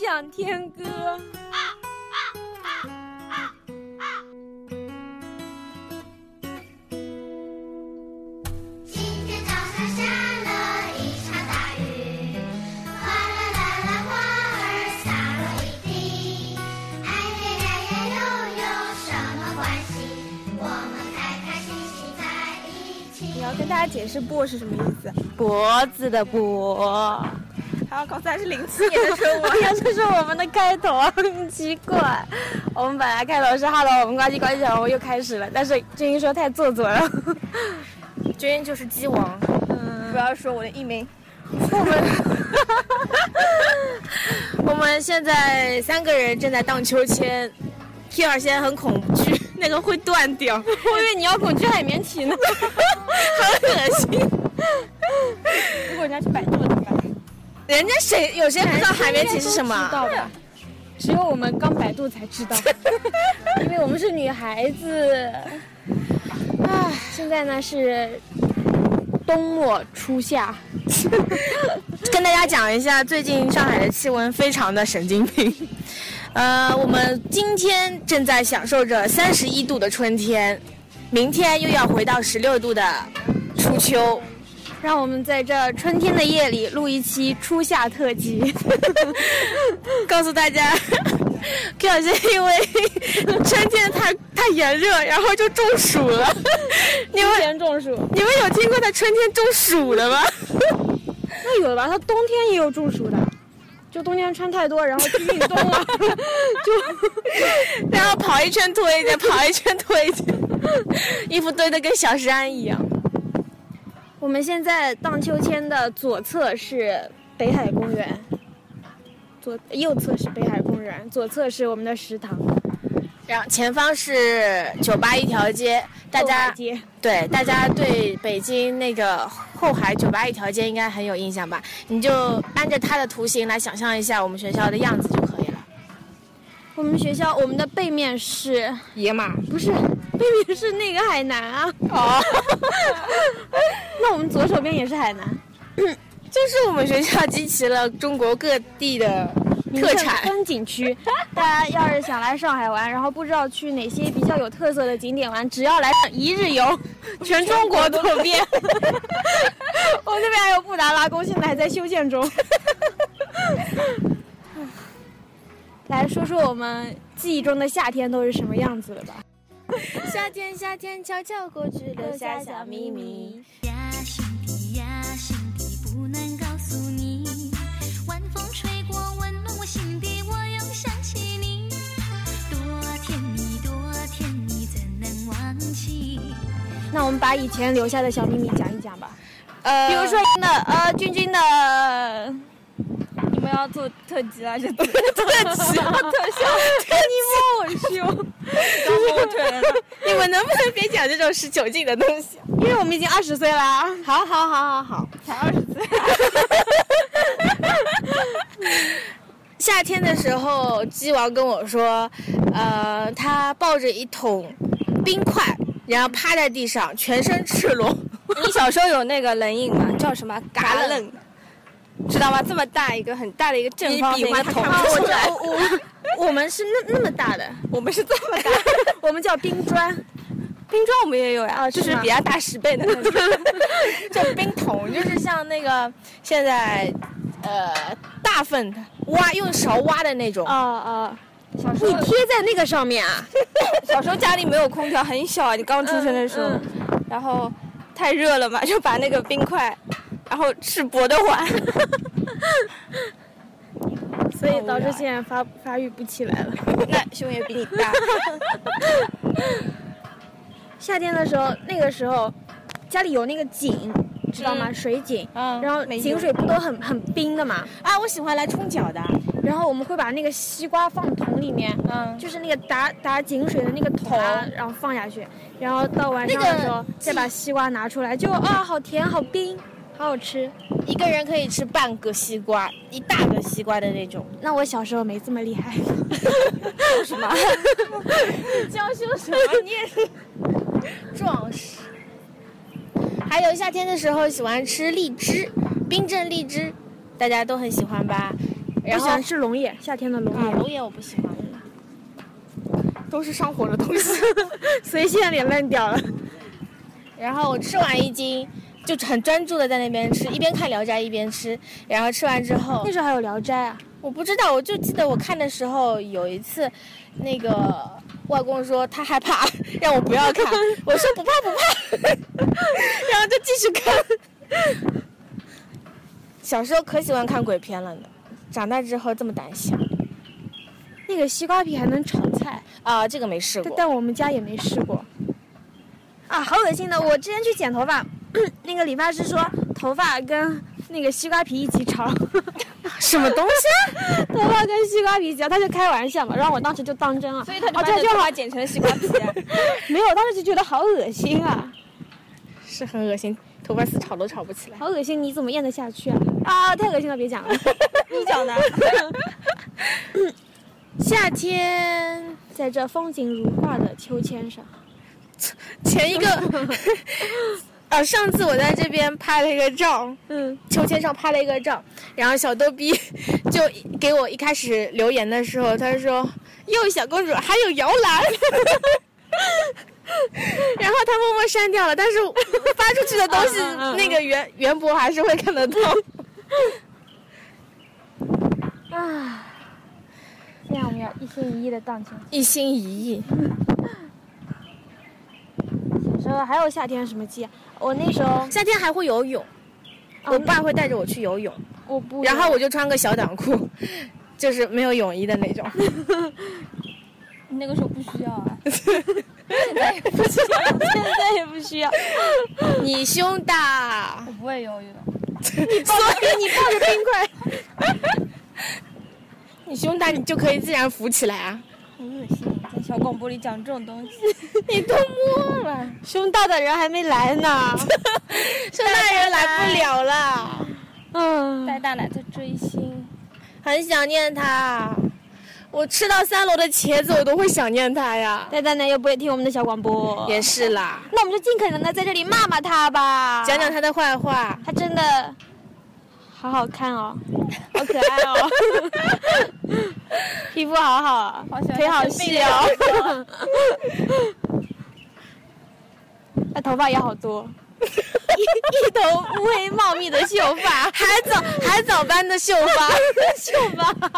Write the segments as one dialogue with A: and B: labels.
A: 唱天歌。
B: 今天早上下了一场大雨，哗啦啦啦，花儿洒落一地。哎呀呀呀，又有什么关系？我们开开心心在一起。
A: 你要跟大家解释“波”是什么意思？
C: 脖子的脖，
A: 还要告诉他是零 七年的春晚。
C: 哎呀，这是我们的开头啊， 很奇怪。我们本来开头是 “hello”，我们呱唧呱唧小红又开始了，但是君君说太做作了， 君君就是鸡王。
A: 不要说我的艺名，
C: 嗯 我们我们现在三个人正在荡秋千，屁儿先很恐惧，那个会断掉。我以为你要恐惧海绵体呢， 很恶心。
A: 如果人家去百度怎么办？
C: 人家谁有些人不知道海绵体是什么
D: 知道
C: 啊？
D: 的，只有我们刚百度才 知道，因为我们是女孩子。唉，现在呢是冬末初夏，
C: 跟大家讲一下，最近上海的气温非常的神经病。呃，我们今天正在享受着三十一度的春天，明天又要回到十六度的初秋。
D: 让我们在这春天的夜里录一期初夏特辑。
C: 告诉大家， 不小心因为春天太太炎热，然后就中暑了。 你们
D: 天中暑，
C: 你们有听过在春天中暑的吗？
D: 那有的吧？他冬天也有中暑的，就冬天穿太多，然后去运动啊 了，
C: 然后跑一圈脱一 件，跑一圈脱一件，衣服堆得跟小石安一样。
D: 我们现在荡秋千的左侧是北海公园，左右侧是北海公园，左侧是我们的食堂，
C: 然后前方是酒吧一条街，大
D: 后海
C: 家
D: 街
C: 对大家对北京那个后海酒吧一条街应该很有印象吧？你就按着它的图形来想象一下我们学校的样子就可以了。
D: 我们学校我们的背面是
C: 野马
D: 不是背面是那个海南啊？
C: 哦。
D: 那我们左手边也是海南
C: 就是我们学校集齐了中国各地的特
D: 名胜
C: 产，
D: 风景区，大家要是想来上海玩，然后不知道去哪些比较有特色的景点玩，只要来一日游，
C: 全中国都遍。
D: 我们那边还有布达拉宫，现在还在修建中。 来说说我们记忆中的夏天都是什么样子的吧。
C: 夏天，夏天悄悄过去，留下小秘密。
E: 呀，兄弟呀，兄弟，不能告诉你，晚风吹过，温暖我心底，我又想起你，多甜蜜，多甜蜜，怎能忘记？
D: 那我们把以前留下的小秘密讲一讲吧。
C: 呃，
D: 比如说那呃，君君的
A: 你们要做特辑了，真的
C: 特技，
D: 你摸我胸，
A: 刚摸腿了。
C: 你们能不能别讲这种使酒劲的东西？
D: 因为我们已经二十岁啦。好好好好好，
C: 夏天的时候，鸡王跟我说，呃，他抱着一桶冰块，然后趴在地上，全身赤裸。
A: 你小时候有那个冷饮吗？叫什么？
C: 嘎
A: 嘎
C: 冷
A: 冷， 知道吗？这么大一个很大的一个正方形
C: 你比划
A: 一个
C: 他
A: 桶
C: 看不
A: 出
C: 出
A: 来
C: 来， 我我们是那那么大的，
A: 我们是这么大。
D: 我们叫冰砖，
A: 冰砖我们也有呀，
D: 啊
A: 就是是
D: 吗
A: 比它大十倍的那 种。
C: 这冰桶就是像那个现在，呃，大份的挖用勺挖的那种。
D: 啊啊，
A: 小时
D: 你
A: 候
D: 贴在那个上面啊？
A: 小时候家里没有空调，很小，啊你刚出生的时候，
D: 嗯
A: 然后太热了嘛，就 把那个冰块，然后赤膊的 玩。
D: 所
A: 哦
D: 以导致现在发发育不起来了。
A: 那胸也比你大，
D: 夏天的时候，那个时候家里有那个井，知道吗？水井，
A: 嗯
D: 然后
A: 没
D: 井
A: 有
D: 水不都很很冰的嘛？
C: 啊，我喜欢来冲脚的。
D: 然后我们会把那个西瓜放桶里面，
A: 嗯
D: 就是那个打打井水的那个桶啊，然后放下去，然后到晚上
C: 那个
D: 的时候再把西瓜拿出来，就啊、好甜，好冰，好好吃。
C: 一个人可以吃半个西瓜，一大个西瓜的那种。
D: 那我小时候没这么厉害，
A: 是吗？
D: 娇羞什
C: 你也是壮士。还有夏天的时候喜欢吃荔枝，冰镇荔枝，大家都很喜欢吧？
D: 然
C: 喜
D: 后
C: 欢
D: 吃龙眼，夏天的龙
C: 啊，
D: 眼。
C: 龙眼我不喜欢，都是上火的东西，
D: 所以现在脸烂掉了。
C: 然后我吃完一斤，就很专注的在那边吃，一边看《聊斋》一边吃。然后吃完之后
D: 那，时候还有《聊斋》啊，
C: 我不知道，我就记得我看的时候有一次，那个外公说他害怕， 让我不要 看，我说不怕不怕， 然后就继续看。小时候可喜欢看鬼片了呢，长大之后这么胆小
D: 那个西瓜皮还能炒菜，
C: 啊、这个没试
D: 但
C: 过。
D: 但我们家也没试过。啊，好恶心的！我之前去剪头发， 那个理发师说头发跟那个西瓜皮一起炒，
C: 什么东西、啊？
D: 头发跟西瓜皮一起炒，他就开玩笑嘛，然后我当时就当真了。
A: 所以他
D: 哦
A: 就把
D: 这
A: 你
D: 就
A: 头
D: 好
A: 发剪成了西瓜皮啊。
D: 没有，我当时就觉得好恶心啊，
C: 是很恶心，头发丝吵都吵不起来。
D: 好恶心！你怎么咽得下去啊？啊，太恶心了，别讲了。
A: 你 讲的，
C: 夏天
D: 在这风景如画的秋千上，
C: 前一个，呃，上次我在这边拍了一个照，
D: 嗯，
C: 秋千上拍了一个照，然后小逗逼就给我一开始留言的时候，他说：“哟，小公主还有摇篮。” 然后他默默删掉了，但是发出去的东西
D: 嗯嗯嗯嗯
C: 那个袁袁博还是会看得到。
D: 啊，现在我们要一心一意的荡秋
C: 一心一意，
D: 千。小时候还有夏天什么季啊？我那时候
C: 夏天还会游泳，我爸会带着我去游泳，
D: 我不，
C: 然后我就穿个小短裤，就是没有泳衣的那种。
A: 你那个时候不需要啊。
D: 现在也不需要。
C: 你胸大，
A: 我不会游泳，
C: 所以你抱着冰块。你胸大，你就可以自然浮起来啊！
A: 很恶心，在小广播里讲这种东西。
C: 你都摸 了，
D: 胸大的人还没来呢。
C: 胸大人来不了了，
D: 嗯，
A: 带大奶在追星，
C: 很想念他。我吃到三楼的茄子，我都会想念他呀。
D: 戴蛋奶又不会听我们的小广播，
C: 也是啦，
D: 那我们就尽可能的在这里骂骂他吧，
C: 讲讲他的坏话。
D: 他真的好好看哦，好可爱哦， 皮肤好好，
A: 好喜欢
D: 腿好
A: 生病
D: 细
A: 的
D: 哦， 他头发也好多， 一一头乌黑茂密的秀发，
C: 海藻海藻般的秀发，
D: 秀发，
C: 就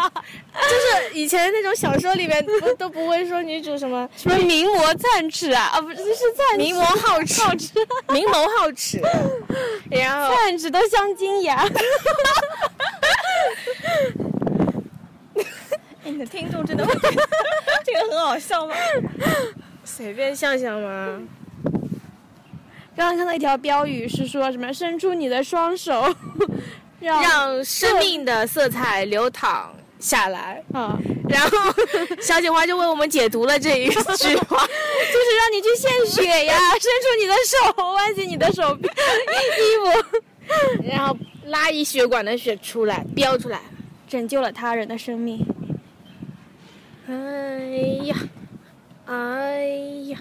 C: 是以前那种小说里面不都不会说女主什么
D: 什么名模灿齿啊？啊，不是是灿
C: 明眸皓 齿，明眸皓齿，然后
D: 灿齿都镶金牙。
A: 哎你的听众真的会觉 得这个很好笑吗？
C: 随便笑笑嘛。
D: 刚刚看到一条标语是说什么“伸出你的双手”， 让
C: 让生命的色彩流淌下来。
D: 啊，
C: 然后小姐花就为我们解读了这一句话，
D: 就是让你去献血呀，伸出你的手，弯起你的手臂衣 服，
C: 然后拉一血管的血出来，飙出来。
D: 拯救了他人的生命。
C: 哎呀，哎呀，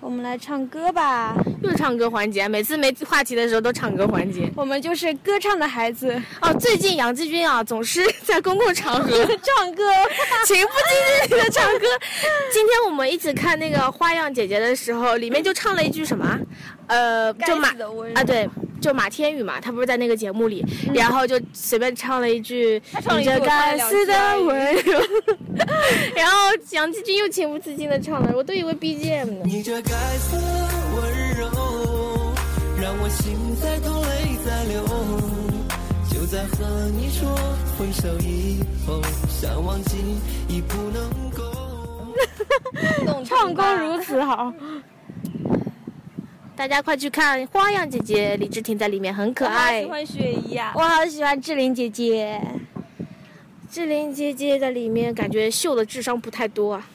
D: 我们来唱歌吧，
C: 又唱歌环节，每次没话题的时候都唱歌环节。
D: 我们就是歌唱的孩子，
C: 哦，最近杨继军啊，总是 在公共场合
D: 唱歌。
C: 情不自禁的唱歌。今天我们一起看那个《花样姐姐》的时候，里面就唱了一句什么啊？呃，就马
A: 该死的温柔嗯
C: 啊，对，就马天宇嘛，他不是在那个节目里，然后就随便唱了一句
A: 他唱了一句
C: 你这
A: 我唱了
C: 该
A: 两
C: 死的
A: 句而已
C: 温柔”，然后杨继军又情不自禁的唱了，我都以为 BGM 呢。
F: 你这该死的温柔，让我心在痛，泪在流。就在和你说分手以后，想忘记已不能够。
D: 唱功如此 好，
C: 大家快去看《花样姐姐》，李治廷在里面很可
A: 我好喜
C: 爱。
A: 欢雪姨啊
D: 我！好喜欢志玲姐姐。
C: 志玲姐姐在里面感觉秀的智商不太多 啊。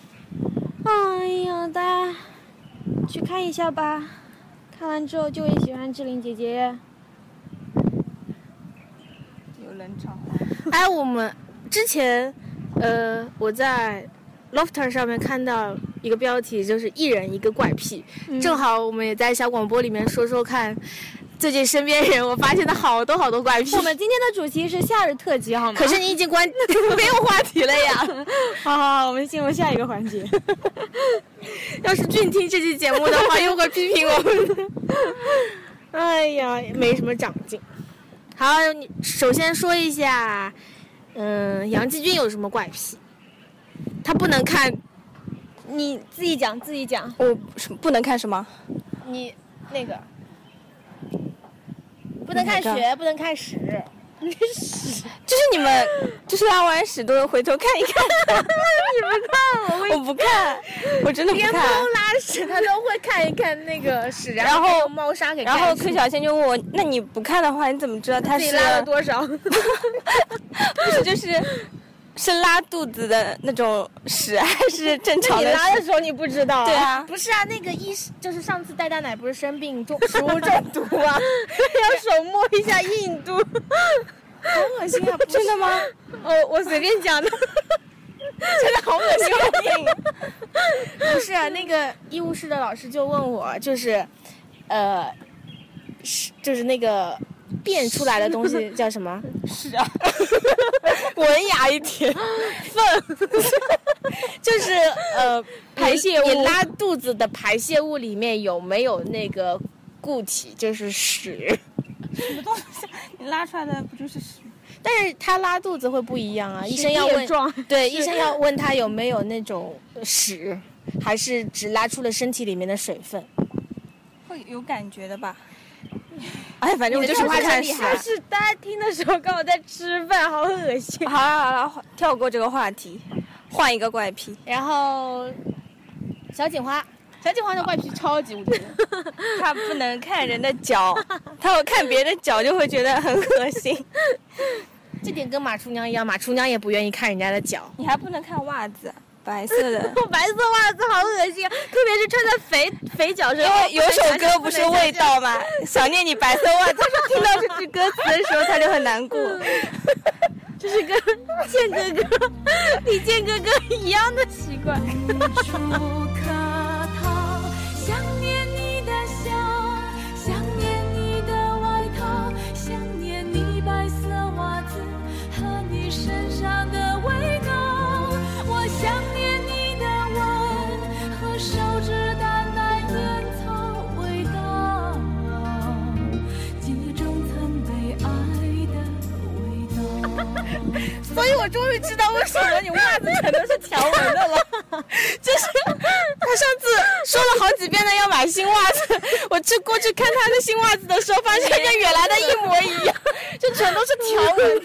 D: 哎呀，大家去看一下吧，看完之后就会喜欢志玲姐姐。
A: 有冷场。
C: 哎，我们之前，呃，我在 Lofter 上面看到一个嗯标题，就是“一人一个怪癖”，正好我们也在小广播里面说说看，最近身边人，我发现了好多好多怪癖
D: 我。们今天的主题是夏日特辑，好吗？
C: 可是你已经关 没有话题了 呀！
D: 好好好，我们进入下一个环节。
C: 要是俊听这期节目的话，又会批评我们的。哎呀，没什么长进。好，你首先说一下，嗯、杨继军有什么怪癖？他不能看，
D: 你自己讲，自己讲，
A: 我什不能看什么？
D: 你那个
C: 不能
A: 看
C: 雪，不能看屎。
A: 就是你们，就是拉完屎都回头看一看。你 不看，我不看，我真的不
C: 连
A: 看。
C: 猫拉屎他都会看一看那个屎，
A: 然后
C: 用猫砂给盖
A: 然
C: 住，
A: 后柯小倩就问我：“那你不看的话，你怎么知道他
C: 自己
A: 是
C: 拉了多少？
A: 不是 就是是拉肚子的那种屎，还是正常
C: 你
A: 的
C: 拉
A: 屎
C: 的时候你不知道、
A: 对啊
C: 不是啊，那个医师就是上次戴大奶不是生病中食物 中毒啊，要手摸一下硬度，好恶心啊！ 真的吗？哦，我随便讲的， 真的好恶 心啊！不是啊，那个医务室的老师就问我，就是，呃，是就是那个变出来的东西叫什 么？
A: 屎啊？
C: 文雅一点，粪， 就是呃
A: 排泄物
C: 你拉肚子的排泄物里面有没有那个固体，就是屎？
A: 你拉出来的不就是屎？
C: 但是他拉肚子会不一样啊，医生要问
D: 液，状
C: 对，医生要问他有没有那种屎，还是只拉出了身体里面的水分。
A: 会有感觉的吧？哎，反正我
C: 你的
A: 就是
C: 跳
A: 怕
C: 是
A: 看
C: 厉
A: 屎。
C: 害
D: 是大家听的时候刚好在吃饭，好恶心。
A: 好了好了，跳过这个话题，换一个怪癖。
C: 然后，小锦花，
D: 小锦花的怪癖超级无敌多，
A: 他不能看人的脚， 他要看别人的脚就会觉得很恶心。
C: 这点跟马厨娘一样，马厨娘也不愿意看人家的脚。
A: 你还不能看袜子，白色的。
D: 白色袜子好恶心，啊特别是穿在肥肥脚上
A: 因。为有首歌不是味道吗？想念你白色袜子。 他说听到这句歌词的时候，他就很难过。
D: 就是跟健哥哥、李健哥哥一样的习惯。
E: 楚可逃，想念你的笑，想念你的外套，想念你白色袜子和你身上的味道。我想念你的吻和手指淡淡烟草味道，记中曾被爱的味道。
C: 所以我终于知道为什么你袜子全都是条纹的了，就是 他上次说了好几遍的要买新袜子， 我去过去看他的新袜子的时候，发现跟原来的一模一样， 就全都是条纹。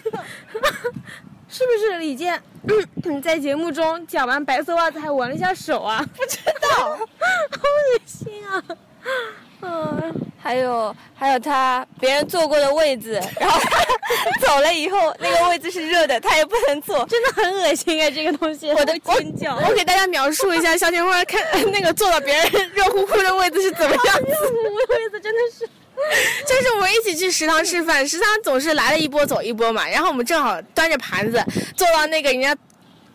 D: 是不是李健 在节目中讲完白色袜子还闻了一下手啊？ 不知道，好恶心啊！嗯，
A: 还有还有他别人坐过的位子，然后他 走了以后，那个位子是热的，他也不能坐。
D: 真的很恶心哎，这个东西。
C: 我的我
D: 尖叫。
C: 我给大家描述一下小天花看 那个坐到别人热乎乎的位置是怎么样子。
D: 我的位子真的是，
C: 就是我们一起去食堂吃饭，食堂总是来了一波走一波嘛。然后我们正好端着盘子坐到那个人家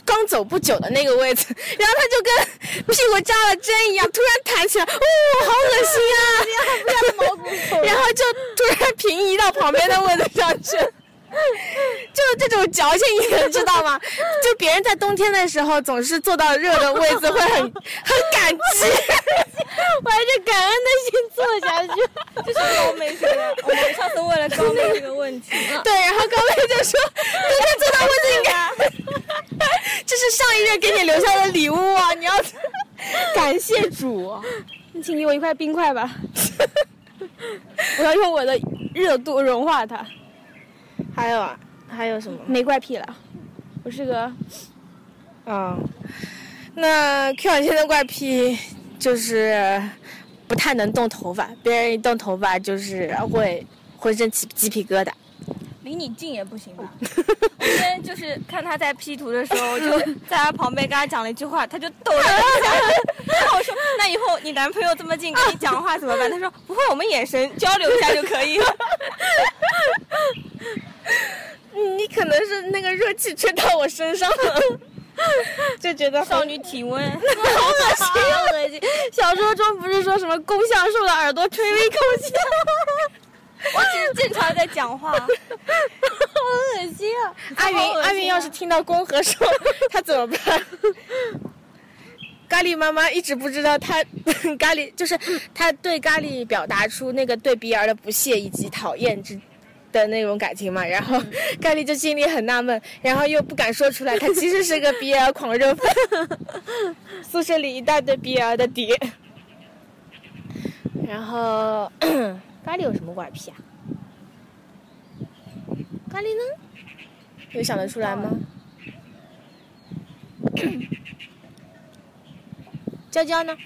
C: 刚走不久的那个位置，然后他就跟屁股扎了针一样，突然弹起来，哦，好恶心啊！然后就突然平移到旁边的位子上去。就这种矫情，你能知道吗？就别人在冬天的时候总是坐到热的位置，会很很感激。
D: 怀着感恩的心坐下去。
A: 高妹说的， 我们上次问了高妹这个问题，
C: 对，然后高妹就说：“哥哥坐到位置应该， 这是上一任给你留下的礼物啊，你要感谢主。
D: 你请给我一块冰块吧，我要用我的热度融化它。”
C: 还有啊，还有什么？
D: 没怪癖了，我是个
C: 嗯，那 Q 小天的怪癖就是不太能动头发，别人一动头发就是会浑身起鸡皮疙瘩。
A: 离你近也不行吧？我今天就是看他在 P 图的时候，我就在他旁边跟他讲了一句话，他就抖了一下。然后我说：“那以后你男朋友这么近跟你讲话怎么办？”他说：“不会，我们眼神交流一下就可以了。
C: 你可能是那个热气吹到我身上了，就觉得”
A: 少女体温，
D: 好恶心，好恶心！小说中不是说什么“宫向树的耳朵吹微空气”，
A: 我只是正常在讲话。
D: 好恶心啊！
C: 阿
A: 好
C: 云，
A: 恶心啊
C: 阿云要是听到光和说，他怎么办？嗯咖喱妈妈一直不知道他咖喱就是他对咖喱表达出那个对比尔的不屑以及讨厌之的那种感情嘛， 然
D: 嗯
C: 后咖喱就心里很纳闷，然后又不敢说出来，他其实是个 BL 狂热粉，宿舍里一大堆 BL 的碟。然后 咖喱有什么怪癖啊？咖喱呢？有想得出来吗？ 娇娇呢？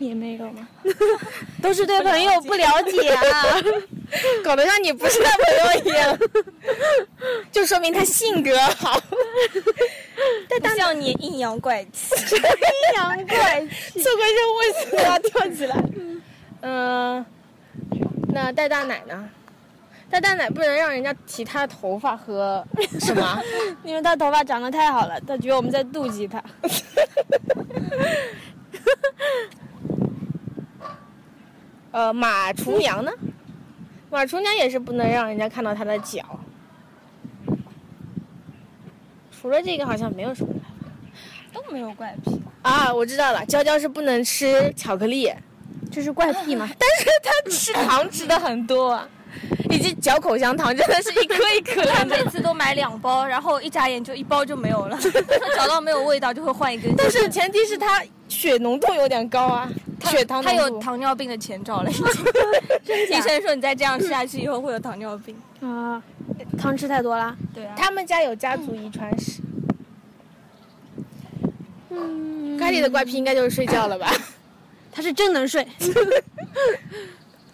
D: 也没有 吗？
C: 都是对朋友不了解啊， 搞得像你不是他朋友一 样，就说明他性格 好。
A: 不像你阴阳怪气，
C: 阴阳怪气，做个任务就要跳起来。 嗯、那戴大奶呢？戴大奶不能让人家提她的头发 和什么？
D: 因为他头发长得太好了，他觉得我们在妒忌他。
C: 呃，马厨娘呢？马厨娘也是不能让人家看到她的脚。除了这个，好像没有什么了
A: 都没有怪癖。
C: 啊。我知道了，娇娇是不能吃巧克力，
D: 这是怪癖吗？
C: 但是她吃糖吃的很多，啊，以及嚼口香糖真的是一颗一颗
A: 他
C: 的。
A: 每次都买两包，然后一眨眼就一包就没有了。他找到没有味道就会换一根。
C: 但是前提是她血浓度有点高啊，血糖
A: 他
C: 浓
A: 有
C: 度。
A: 糖尿病的前兆了，已经。医生说你再这样吃下去，以后会有糖尿病。
D: 啊，糖吃太多了。
A: 对啊，
C: 他们家有家族遗传史。
D: 嗯，
C: 咖喱的怪癖应该就是睡觉了吧？
D: 他是真能睡。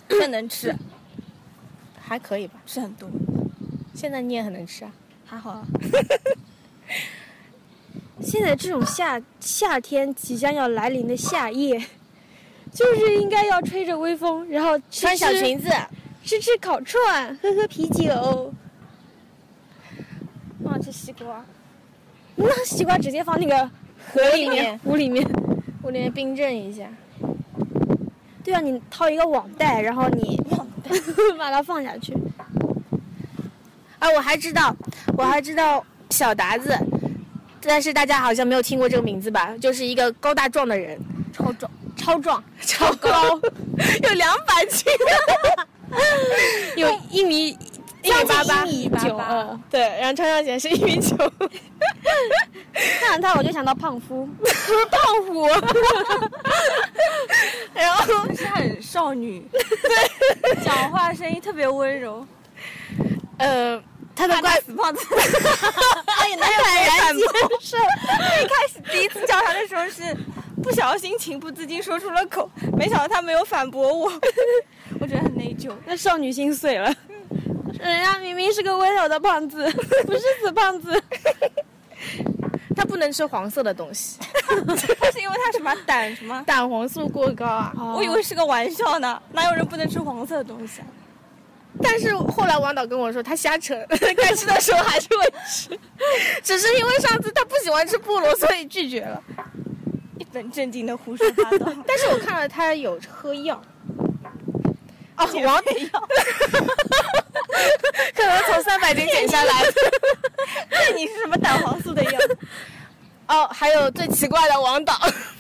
A: 他能吃，
C: 还可以吧，
A: 吃很多，
C: 现在你也很能吃啊。
A: 还好啊。
D: 现在这种夏夏天即将要来临的夏夜， 就是应该要吹着微风，然后吃
C: 穿小
D: 吃
C: 裙子，
D: 吃吃烤串， 喝喝啤酒。啊，吃西瓜，那西瓜直接放那个
C: 河里面，
D: 壶里面。
C: 我里面冰镇一下。
D: 对啊，你套一个网袋，然后你 把它放下去。
C: 啊，我还知道，我还知道小达子，但是大家好像没有听过这个名字吧？就是一个高大壮的人，
A: 超壮，
C: 超壮，超高，有两 百斤，有一米一米八八，
D: 一米八八
C: 嗯对，然后张小贤是一米九，
D: 看到它，我就想到胖夫。
C: 胖虎， 然后
A: 就是很少女，对，讲话声音特别温柔。
C: 呃，他的怪
A: 死胖子，哎
C: 他也能坦然接受，
A: 一开始第一次叫他的时候是不小心情不自禁说出了口，没想到他没有反驳我，我觉得很内疚。
D: 那少女心碎了。人家明明是个温柔的胖子， 不是死胖子。
C: 他不能吃黄色的东西，
A: 他是因为他什么胆什么？
C: 胆黄素过高啊。
A: 我以为是个玩笑呢，哪有人不能吃黄色的东西啊？
C: 但是后来王导跟我说，他瞎扯， 该吃的时候还是会吃，只是因为上次他不喜欢吃菠萝，所以拒绝了。
A: 一本正经的胡说八道。
C: 但是我看了他有喝药，哦，王
A: 没有，
C: 可能从三百斤减下来的。
A: 那你是什么胆黄素的药？
C: 哦，还有最奇怪的王导，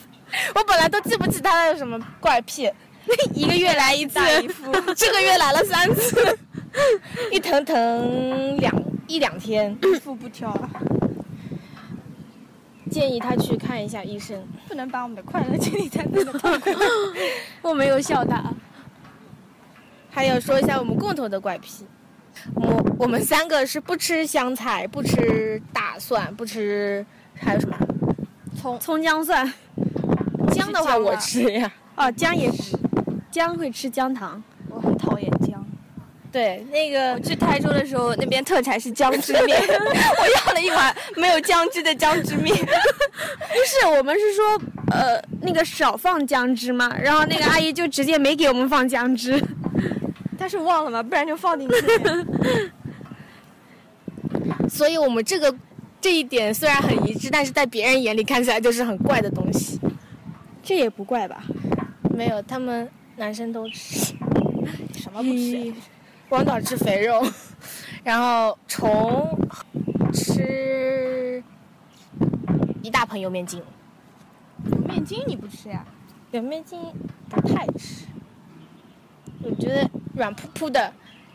C: 我本来都记不起他有什么怪癖， 一个月来一次
A: 大姨夫，
C: 这个月来了三次， 一疼疼两一两天，
A: 腹不挑啊，
C: 建议他去看一下医生。
A: 不能把我们的快乐建立在那个痛苦。
D: 我没有笑他。
C: 还有说一下我们共同的怪癖，我我们三个是不吃香菜，不吃大蒜，不吃还有什么
D: 葱姜蒜
C: 姜的话
A: 姜啊
C: 我吃呀。
D: 哦，姜也是，姜会吃姜糖。
A: 我很讨厌姜。
C: 对，那
A: 我
C: 个
A: 去台州的时候，那边特产是姜汁面，我要了一碗没有姜汁的姜汁面。
D: 不是，我们是说，呃，那个少放姜汁嘛。然后那个阿姨就直接没给我们放姜汁。
A: 但是忘了嘛，不然就放进 去。
C: 所以我们这个这一点虽然很一致，但是在别人眼里看起来就是很怪的东西。
D: 这也不怪吧？
C: 没有，他们男生都吃。
A: 什么不是？
C: 广岛吃肥肉，然后虫吃一大盆油面筋，
A: 面筋你不吃呀？
C: 油面筋不太吃，我觉得软扑扑的，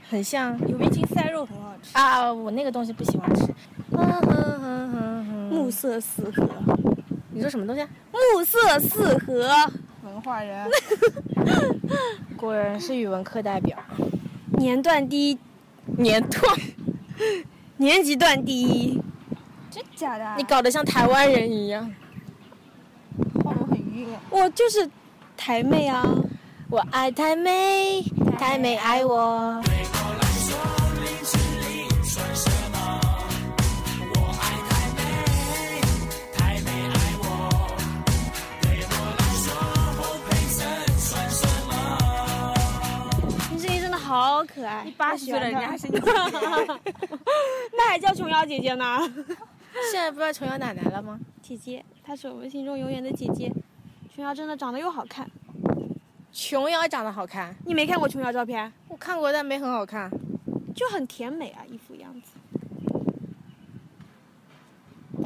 C: 很像
A: 油面筋塞肉很好吃，
C: 啊，我那个东西不喜欢吃。啊
A: 暮色四合，
C: 你说什么东西、啊？
A: 暮色四合，文化 人。
C: 果然是语文课代表。
D: 年段第一，
C: 年段，
D: 年级段第一，
A: 真假的？啊
C: 你搞得像台湾人一样。
A: 话我很晕啊。
D: 我就是台妹啊。
C: 我爱台妹，台妹爱我。
D: 你声音真的好可爱。
A: 八十岁了，人家还是你。
D: 那还叫琼瑶姐姐呢？
C: 现在不知道琼瑶奶奶了吗？
D: 姐姐，她是我们心中永远的姐姐。琼瑶真的长得又好看，
C: 琼瑶长得好看，
D: 你没看过琼瑶照片？
C: 我看过，但没很好看。
D: 就很甜美啊，一副样子。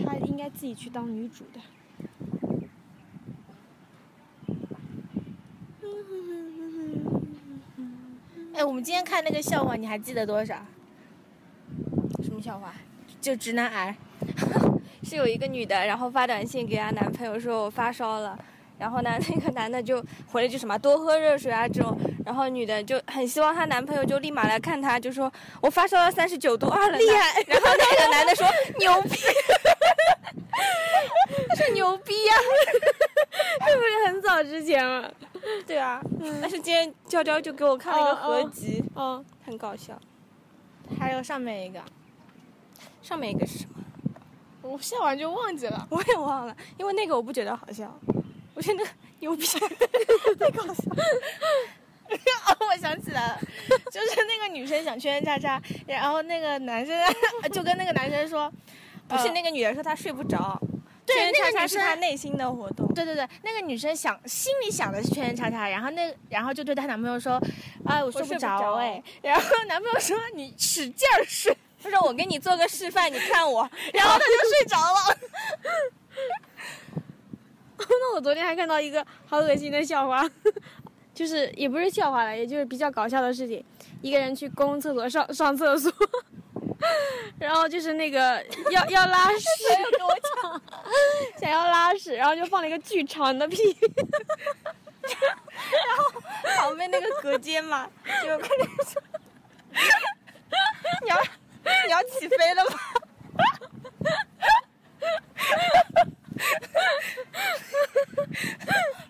D: 她应该自己去当女主的。
C: 哎，我们今天看那个笑话，你还记得多少？
A: 什么笑话？
C: 就直男癌，
A: 是有一个女的，然后发短信给她男朋友说我发烧了，然后呢，那个男的就回了一句什么多喝热水啊这种，然后女的就很希望她男朋友就立马来看她，就说我发烧到三十九度二了，厉害。然后那个男的说牛逼，他说牛逼啊呀、
D: 这不 是很早之前吗？
A: 对啊。但是今天娇娇就给我看了一个合集，
D: 哦，
A: 很搞笑。
C: 还有上面一个，
A: 上面一个是什么？
C: 我笑完啊就忘记了。
A: 我也忘了，因为那个我不觉得好笑，我觉得那个牛逼， 太搞笑。
C: 哦，我想起来了，就是那个女生想圈圈叉叉，然后那个男生就跟那个男生说，
A: 不是那个女的说她睡不着，
C: 嗯对
A: 圈
C: 那个
A: 圈叉叉
C: 女
A: 是
C: 生
A: 她内心的活动。
C: 对对对，那个女生想心里想的是圈圈叉叉，然后那然后就对她男朋友说，哎，我睡
A: 睡
C: 不
A: 不着
C: 着哎，然后男朋友说你使劲儿睡，
A: 她说我给你做个示范，你看我，
C: 然后她就睡着了。
D: 那我昨天还看到一个好恶心的笑话，就是也不是笑话了，也就是比较搞笑的事情。一个人去公共厕所上上厕所，然后就是那个要要拉 屎，给我讲，想要拉屎，然后就放了一个巨长的屁，
A: 旁边那个隔间嘛，就跟你说，你要你要起飞了吗？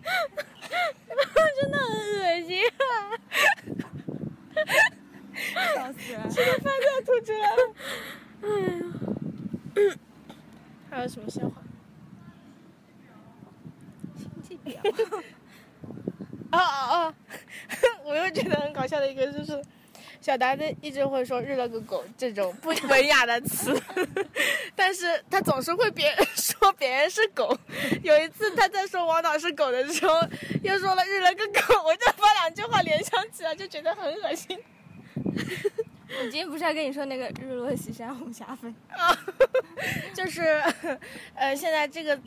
D: 真的很恶心啊！
A: 笑死了！
C: 还有什么笑话？哦哦哦！我又觉得很搞笑的一个就是，小达子一直会说“日了个狗”这种不文雅的 词，但是他总是会别人说别人是狗。有一次他在说王导是狗的时候，又说了“日了个狗”，我就把两句话联想起来，就觉得很恶心。
A: 我今天不是还跟 你说那个日落西山红霞飞？
C: 啊， 就是，呃，现在这个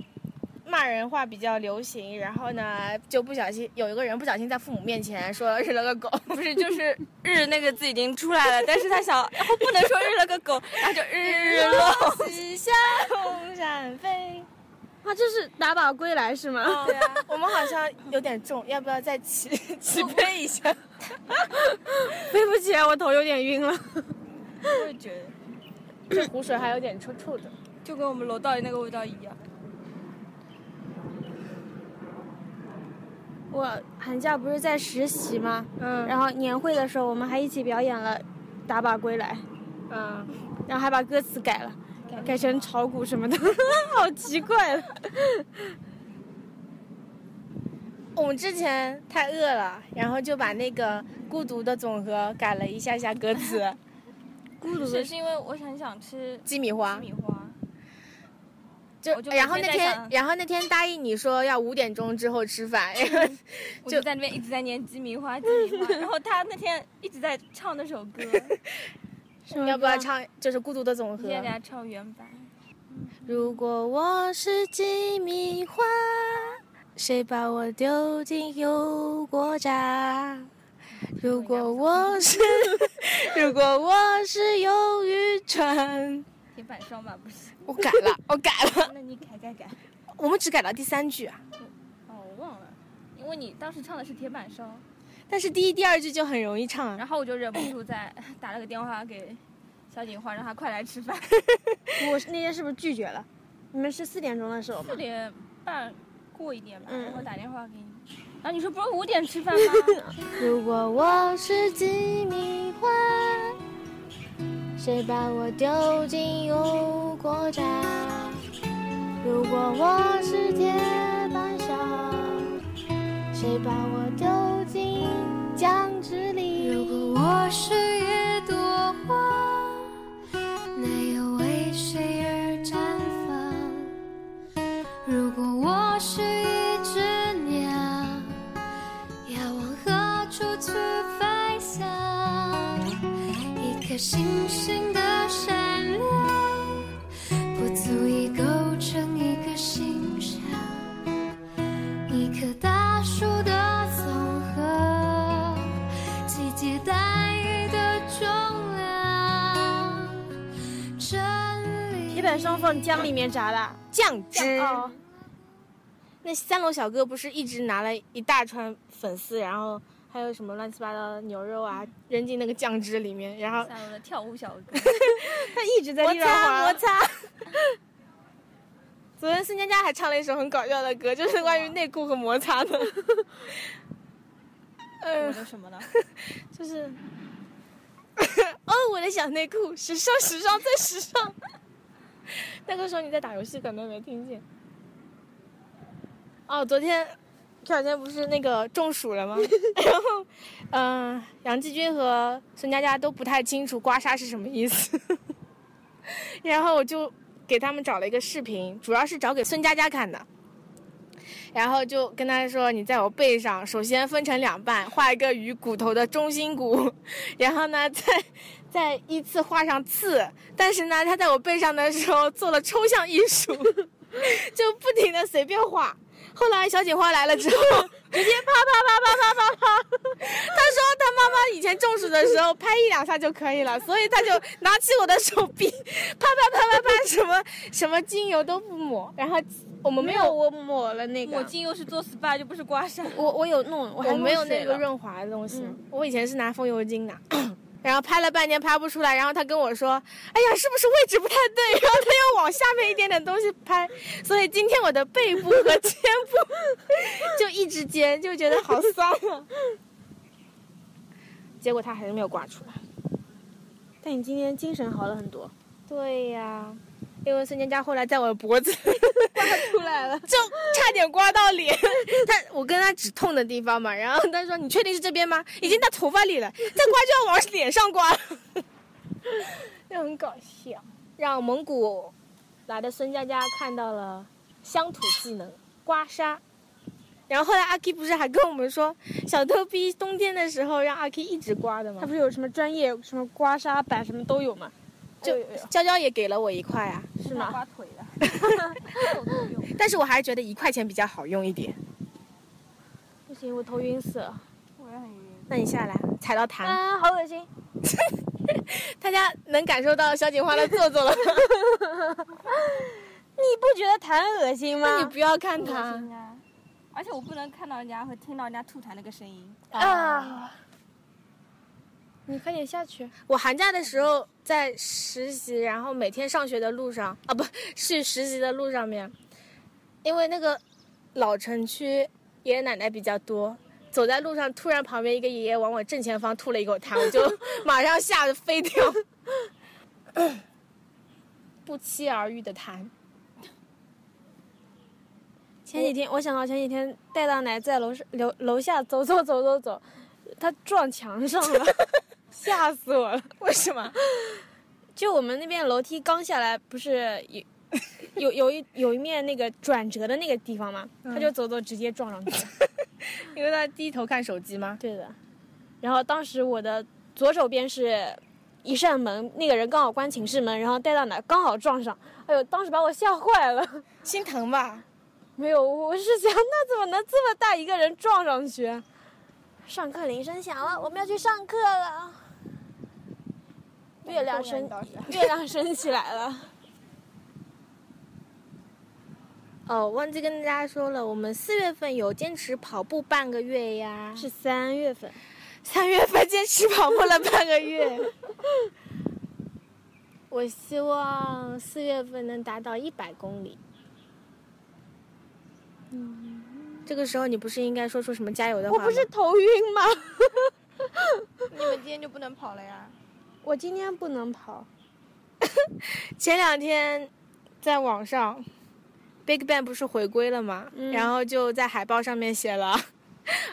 C: 骂人话比较流行，然后呢，就不小心有一个人不小心在父母面前说日了个狗，
A: 不是，就是日那个字已经出来了，但是他想，我不能说日了个狗，然后就日落。
C: 西山红闪飞。
D: 啊，这是打靶归来是吗？
C: 对啊，我们好像有点重，要不要再起起飞一下？
D: 对不起，我头有点晕了。
A: 我也觉得，
C: 这湖水还有点臭臭的。
A: 就跟我们楼道里那个味道一样。
D: 我寒假不是在实习吗？
C: 嗯
D: 然后年会的时候，我们还一起表演了《打靶归来》，
C: 嗯，
D: 然后还把歌词改了，改成炒股什么的， 好奇怪啊了。
C: 我们之前太饿了，然后就把那个《孤独的总和》改了一下下歌词，
A: 孤独是是因为我很想吃
C: 鸡米花
A: 米花，
C: 就哎
A: 我就
C: 然后
A: 每
C: 那
A: 天在
C: 天
A: 想，
C: 然后那天答应你说要五点钟之后吃饭，
A: 我就在那边一直在念鸡米花，鸡米 花。然后他那天一直在唱那首歌，
C: 要不要啊唱就是《孤独的总和
A: 你》先给？他唱原版。
C: 如果我是鸡米花，谁把我丢进油锅炸？如果我是，如果我是鱿鱼船，
A: 铁板烧嘛，不是？
C: 我改了，我改了，
A: 那你改改改。
C: 我们只改到第三句啊，
A: 哦，我忘了，因为你当时唱的是铁板烧，
C: 但是第一、第二句就很容易唱啊。
A: 然后我就忍不住在 打了个电话给小锦花，让她快来吃饭。
D: 我是那天是不是拒绝了？你们是四点钟的时候吗
A: 四？点半过一点吧，
D: 嗯
A: 我打电话给你。然后你说不是五点吃饭吗？
C: 如果我是鸡米花，谁把我丢进油锅炸？如果我是铁板烧，谁把我丢进酱汁里？
E: 如果我是一朵花，那又为谁而绽放？如果我是一只鸟，要往何处去飞翔？一颗星星的闪亮，不足以构成一个欣赏。一棵大树的总和，季节单一的重量。真理。
D: 铁板烧放姜里面炸的。
C: 酱汁。
D: 哦，
C: 那三楼小哥不是一直拿了一大串粉丝，然后还有什么乱七八糟的牛肉啊，扔进那个酱汁里面，然后
A: 下楼的跳舞小哥，
D: 他一直在地上滑。
C: 擦。 昨天孙佳佳还唱了一首很搞笑的歌，就是关于内裤和摩 擦的。
A: 我
C: 呃，
A: 的什么了？
C: 就是，哦，我的小内裤，时尚，时尚，最时尚。 那个时候你在打游戏，可能没听见。哦，昨天这两天不是那个中暑 了吗？然后，嗯、杨继军和孙佳佳都不太清楚刮痧是什么意思。然后我就给他们找了一个视频，主要是找给孙佳佳看的。然后就跟他说：“你在我背上，首先分成两半，画一个与骨头的中心骨，然后呢，再再依次画上刺。但是呢，他在我背上的时候做了抽象艺术， 就不停的随便画。后来小锦花来了之后，直接啪啪啪啪啪啪啪。他说他妈妈以前中暑的时候拍一两下就可以了，所以他就拿起我的手臂，啪啪啪啪啪，什么什么精油都不抹，然后我们没有
D: 我抹了那
A: 我今又是做 SPA 就不是刮痧，
D: 我我有弄，我还
C: 我没有
D: 弄水
C: 那个
D: 了
C: 润滑的东西，
D: 嗯
C: 我以前是拿风油精的。 然后拍了半天拍不出来，然后他跟我说：“哎呀，是不是位置不太对？” 然后他又往下面一点点东西拍，所以今天我的背部和肩部 就一直尖，就觉得好酸啊。 结果他还是没有刮出来。
D: 但你今天精神好了很多，
C: 对呀、因为孙佳佳后来在我的脖 子
D: 出来了。
C: 就差点刮到脸。他我跟他指痛的地方嘛，然后他说：“你确定是这边吗？已经到头发里了，再刮就要往脸上 刮。”就很搞笑，让蒙古来的孙佳佳看到了乡土技能刮痧。然后后来阿 K 不是还跟我们说，小逗逼冬天的时候让阿 K 一直刮的吗
D: 他？不是有什么专业什么刮痧板什么都有吗？
C: 就
D: 哎呦哎呦
C: 娇娇也给了我一块啊，
D: 是吗？
A: 刮腿的，手都用。
C: 但是我还觉得一块钱比较好用一点。
D: 不行，我头晕死了。
A: 我也很晕。
C: 那你下来踩到痰，
D: 啊，好恶心！
C: 嗯大家能感受到小锦花的做作了 吗？
D: 你不觉得痰恶心吗？
C: 你不要看
A: 恶
C: 他
A: 心啊！而且我不能看到人家和听到人家吐痰那个声音。
C: 啊！
D: 你快点下去。
C: 我寒假的时候在实习，然后每天上学的路上啊，不去实习的路上面，因为那个老城区爷爷奶奶比较多。走在路上，突然旁边一个爷爷往我正前方吐了一口痰，我 就马上吓得飞掉， 不期而遇的痰。
D: 前几天我想到前几天戴大奶在楼上楼楼下走走走走走，她撞墙上了， 吓死我了！
C: 为什么？
D: 就我们那边楼梯刚下来，不是有有有一有一面那个转折的那个地方嘛，他就走走直接撞上去了。
C: 因为他低头看手机吗？
D: 对的。 然后当时我的左手边是一扇门，那个人刚好关寝室门，然后带到哪刚好撞上，哎呦，当时把我吓坏了。
C: 心疼吧？
D: 没有，我是想，那怎么能这么大一个人撞上去？上课铃声响了，我们要去上课了。月亮升，月亮升起来了。
C: 哦，忘记跟大家说了，我们四月份有坚持跑步半个月呀，
D: 是三月份，
C: 三月份坚持跑步了半个 月。
G: 我希望四月份能达到一百公里。
C: 嗯这个时候你不是应该说出什么加油的话
D: 我
C: 吗？
D: 不是头晕吗？
A: 你们今天就不能跑了呀？
D: 我今天不能跑，
C: 前两天在网上，Big Bang 不是回归了嘛，
D: 嗯
C: 然后就在海报上面写了。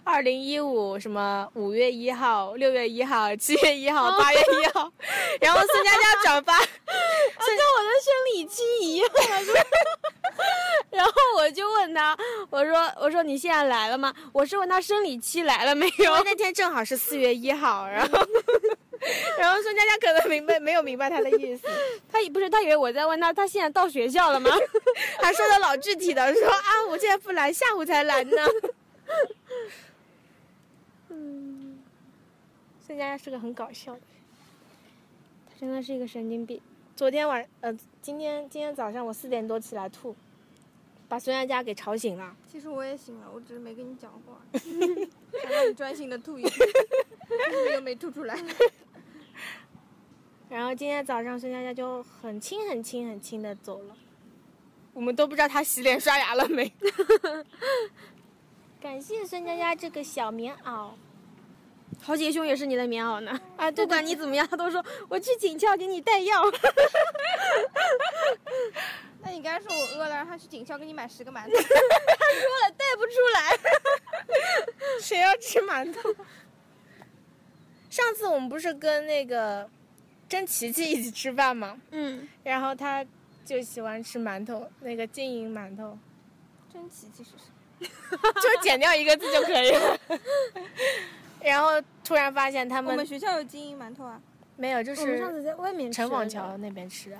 C: 二零一五什么五月一号、六月一号、七月一
D: 哦
C: 号、八月一号， 然后孙佳佳转发，
D: 啊跟我的生理期一样。啊 然后我就问他，我说我说你现在来了吗？我是问他生理期来了没
C: 因
D: 有
C: 为？那天正好是四月一号，然后 然后孙佳佳可能明白没有明白他的意思，
D: 他以不是他以为我在问他，他现在到学校 了吗？
C: 他说的老具体的说啊，我现在不来，下午才来呢。嗯孙佳佳是个很搞笑的人。
D: 他真的是一个神经病。
C: 昨天晚呃，今天今天早上我四点多起来吐，把孙佳佳给吵醒了。
A: 其实我也醒了，我只是没跟你讲 话，想让你专心的吐 一吐，但是又没吐出来。
C: 然后今天早上孙佳佳就很轻很轻很轻的走了，我们都不知道她洗脸刷牙了 没。
G: 感谢孙佳佳这个小棉袄，
D: 豪杰兄也是你的棉袄呢。啊，不管你怎么样，他都说我去警校给你带药。
A: 那你刚才说我饿了，让他去警校给你买十个 馒头。
C: 谁要吃馒头？上次我们不是跟那个甄琪琪一起吃饭吗？
D: 嗯，
C: 然后她就喜欢吃馒头，那个金银馒头，
A: 真奇迹是什么？
C: 就减掉一个字就可以了。 然后突然发现他
A: 我
C: 们
A: 们学校有金银馒头啊！
C: 没有，就
D: 我们上
C: 是
D: 次在外面吃
C: 陈
D: 的
C: 网桥那边吃的，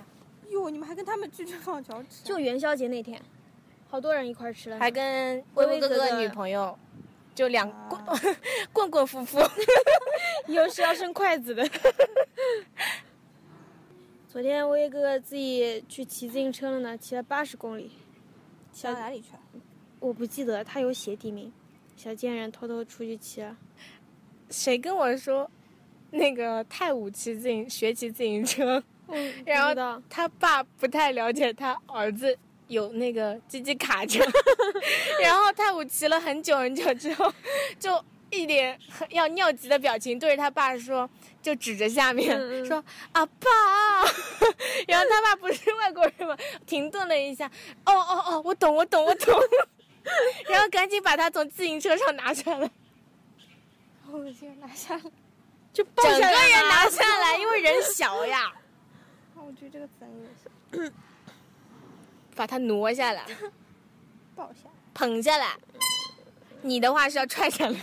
A: 哟，你们还跟他们去去网桥吃啊？
D: 就元宵节那天，好多人一块儿吃了呢。
C: 还跟微微哥哥的女朋友，就两棍 棍棍夫妇。
D: 有是要伸筷子的。 昨天威哥哥自己去骑自行车了呢，骑了八十公里，
A: 骑到哪里去了？
D: 我不记得他有写地名。小贱人偷偷出去骑了，
C: 谁跟我说，那个泰武骑自行学骑自行车， 然
D: 嗯不知道
C: 后他爸不太了解他儿子有那个鸡鸡卡 车，然后泰武骑了很久很久之后，就一脸很要尿急的表情，对着他爸说，就指着下面、
D: 嗯
C: 说啊爸， 然后他爸不是外国人嘛，停顿了一下，哦哦哦，我懂我懂我懂， 然后赶紧把他从自行车上拿下来。
A: 我今天拿下来。
D: 就抱
C: 整
D: 下
C: 个
D: 来
C: 人
D: 了
C: 拿下来，因为人小呀，
A: 啊，我觉得这个词很恶心，
C: 把它挪下来，
A: 抱一下。
C: 捧下来。你的话是要踹下来。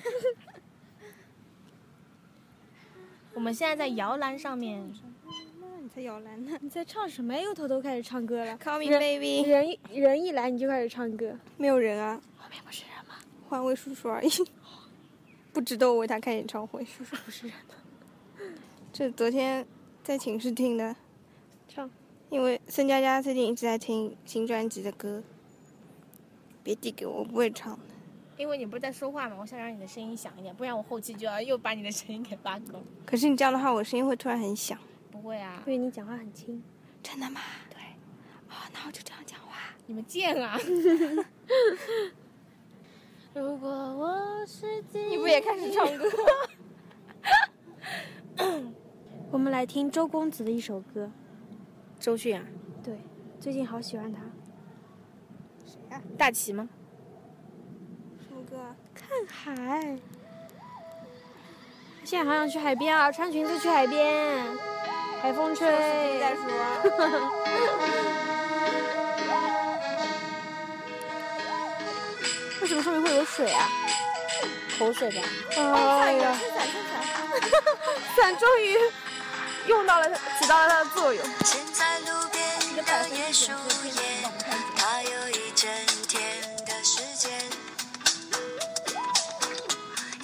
C: 我们现在在摇篮上面，
A: 那你才摇篮呢。
D: 你在唱什么呀？又偷偷开始唱歌了。
A: Call me baby。
D: 人一人一来你就开始唱歌，
A: 没有人啊。后面不是人吗？换位叔叔而已。不值得我为他开演唱会。叔叔不是人的。这昨天在寝室听的，
D: 唱
A: 因为孙佳佳最近一直在听新专辑的歌。别递给我，我不会唱的。
C: 因为你不是在说话嘛，我想让你的声音响一点，不然我后期就要又把你的声音给拉高。
A: 可是你这样的话，我声音会突然很响。
C: 不会啊
D: 因，为你讲话很轻。
A: 真的吗？对。哦，那我就这样讲话。
C: 你们贱 啊！
G: 如果我是金，
A: 你不也开始唱歌？
D: 我们来听周公子的一首歌，
C: 周迅啊，
D: 对，最近好喜欢他。
C: 大齐吗？
A: 什么歌啊？
D: 海，现在好想去海边啊！穿裙子去海边，哎海风吹。
A: 再说啊。
C: 为什么上面会有水啊？
H: 口水吧。
C: 哎呀， 伞终于用到了它，起到了它的作用。
I: 现在路边的椰树叶，它有一整天的时间。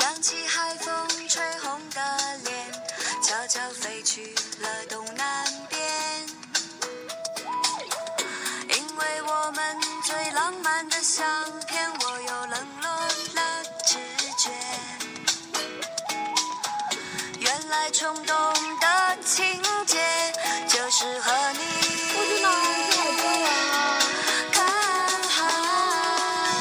I: 扬起海风吹红的脸，悄悄飞去了东南边。因为我们最浪漫的相片，我又冷落了直觉。原来冲动的情节就是和你看海。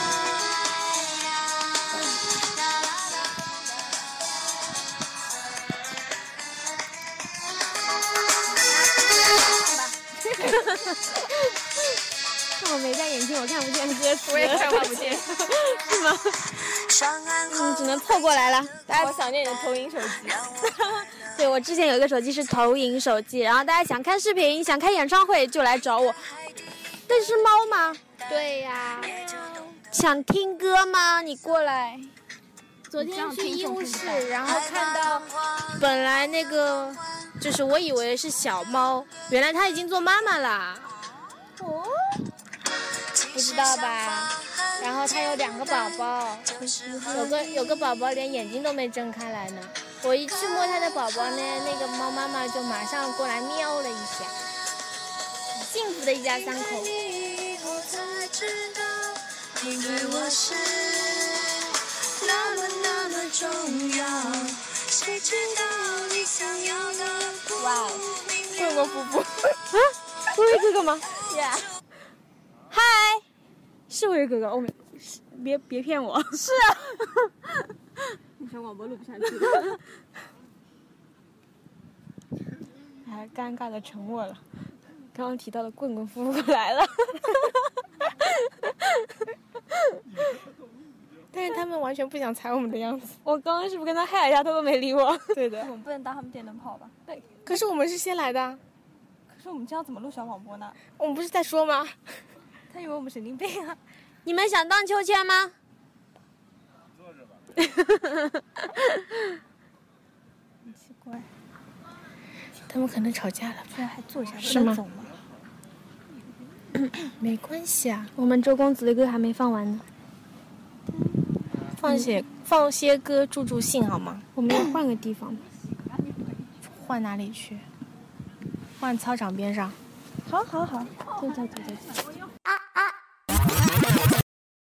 C: 我没戴眼镜，我看不见歌词，
A: 我也看不 见。
C: 是吗？
I: 上岸
C: 你
I: 后
C: 只能凑过来了。
A: 大家想念你的投影手机，
C: 对我之前有一个手机是投影手机，然后大家想看视频、想看演唱会就来找我。但是猫吗？
H: 对呀、
C: 想听歌吗？你过来。
H: 昨天去医务室，然后看到
C: 本来那个就是我以为是小猫，原来它已经做妈妈啦。
H: 哦不知道吧？然后它有两个宝宝，有个有个宝宝连眼睛都没睁开来呢。我一去摸它的宝宝呢，那个猫妈妈就马上过来喵了一下。幸福的一家三口，
I: 你，我才知道你对我是那么那么重要。谁知道你想要的不明了。
C: 威威哥哥吗？嗨，是威威哥哥，哦，没别别骗我。是 啊。你想广播录不下去了。哎，尴尬的沉默了。刚刚提到的棍棍夫妇来 了，
D: 但是他们完全不想踩我们的样子。
C: 我刚刚是不是跟他嗨了一下，他都没理我。
D: 对的
A: 哎我，们不能当他们电灯泡吧？
D: 可是我们是先来的，啊
A: 可是我们这样怎么录小广播呢？
D: 我们不是在说吗？
A: 他以为我们神经病啊！
C: 你们想荡秋千 吗？
A: 奇怪，
D: 他们可能吵架了吧？
A: 居然还坐下，
D: 是吗
A: 走吗？
D: 没关系啊，
C: 我们周公子的歌还没放完呢，
D: 放些放些歌助助兴好吗？
C: 我们要换个地方。
D: 换哪里去？换操场边上。
C: 好好好，对对对对对。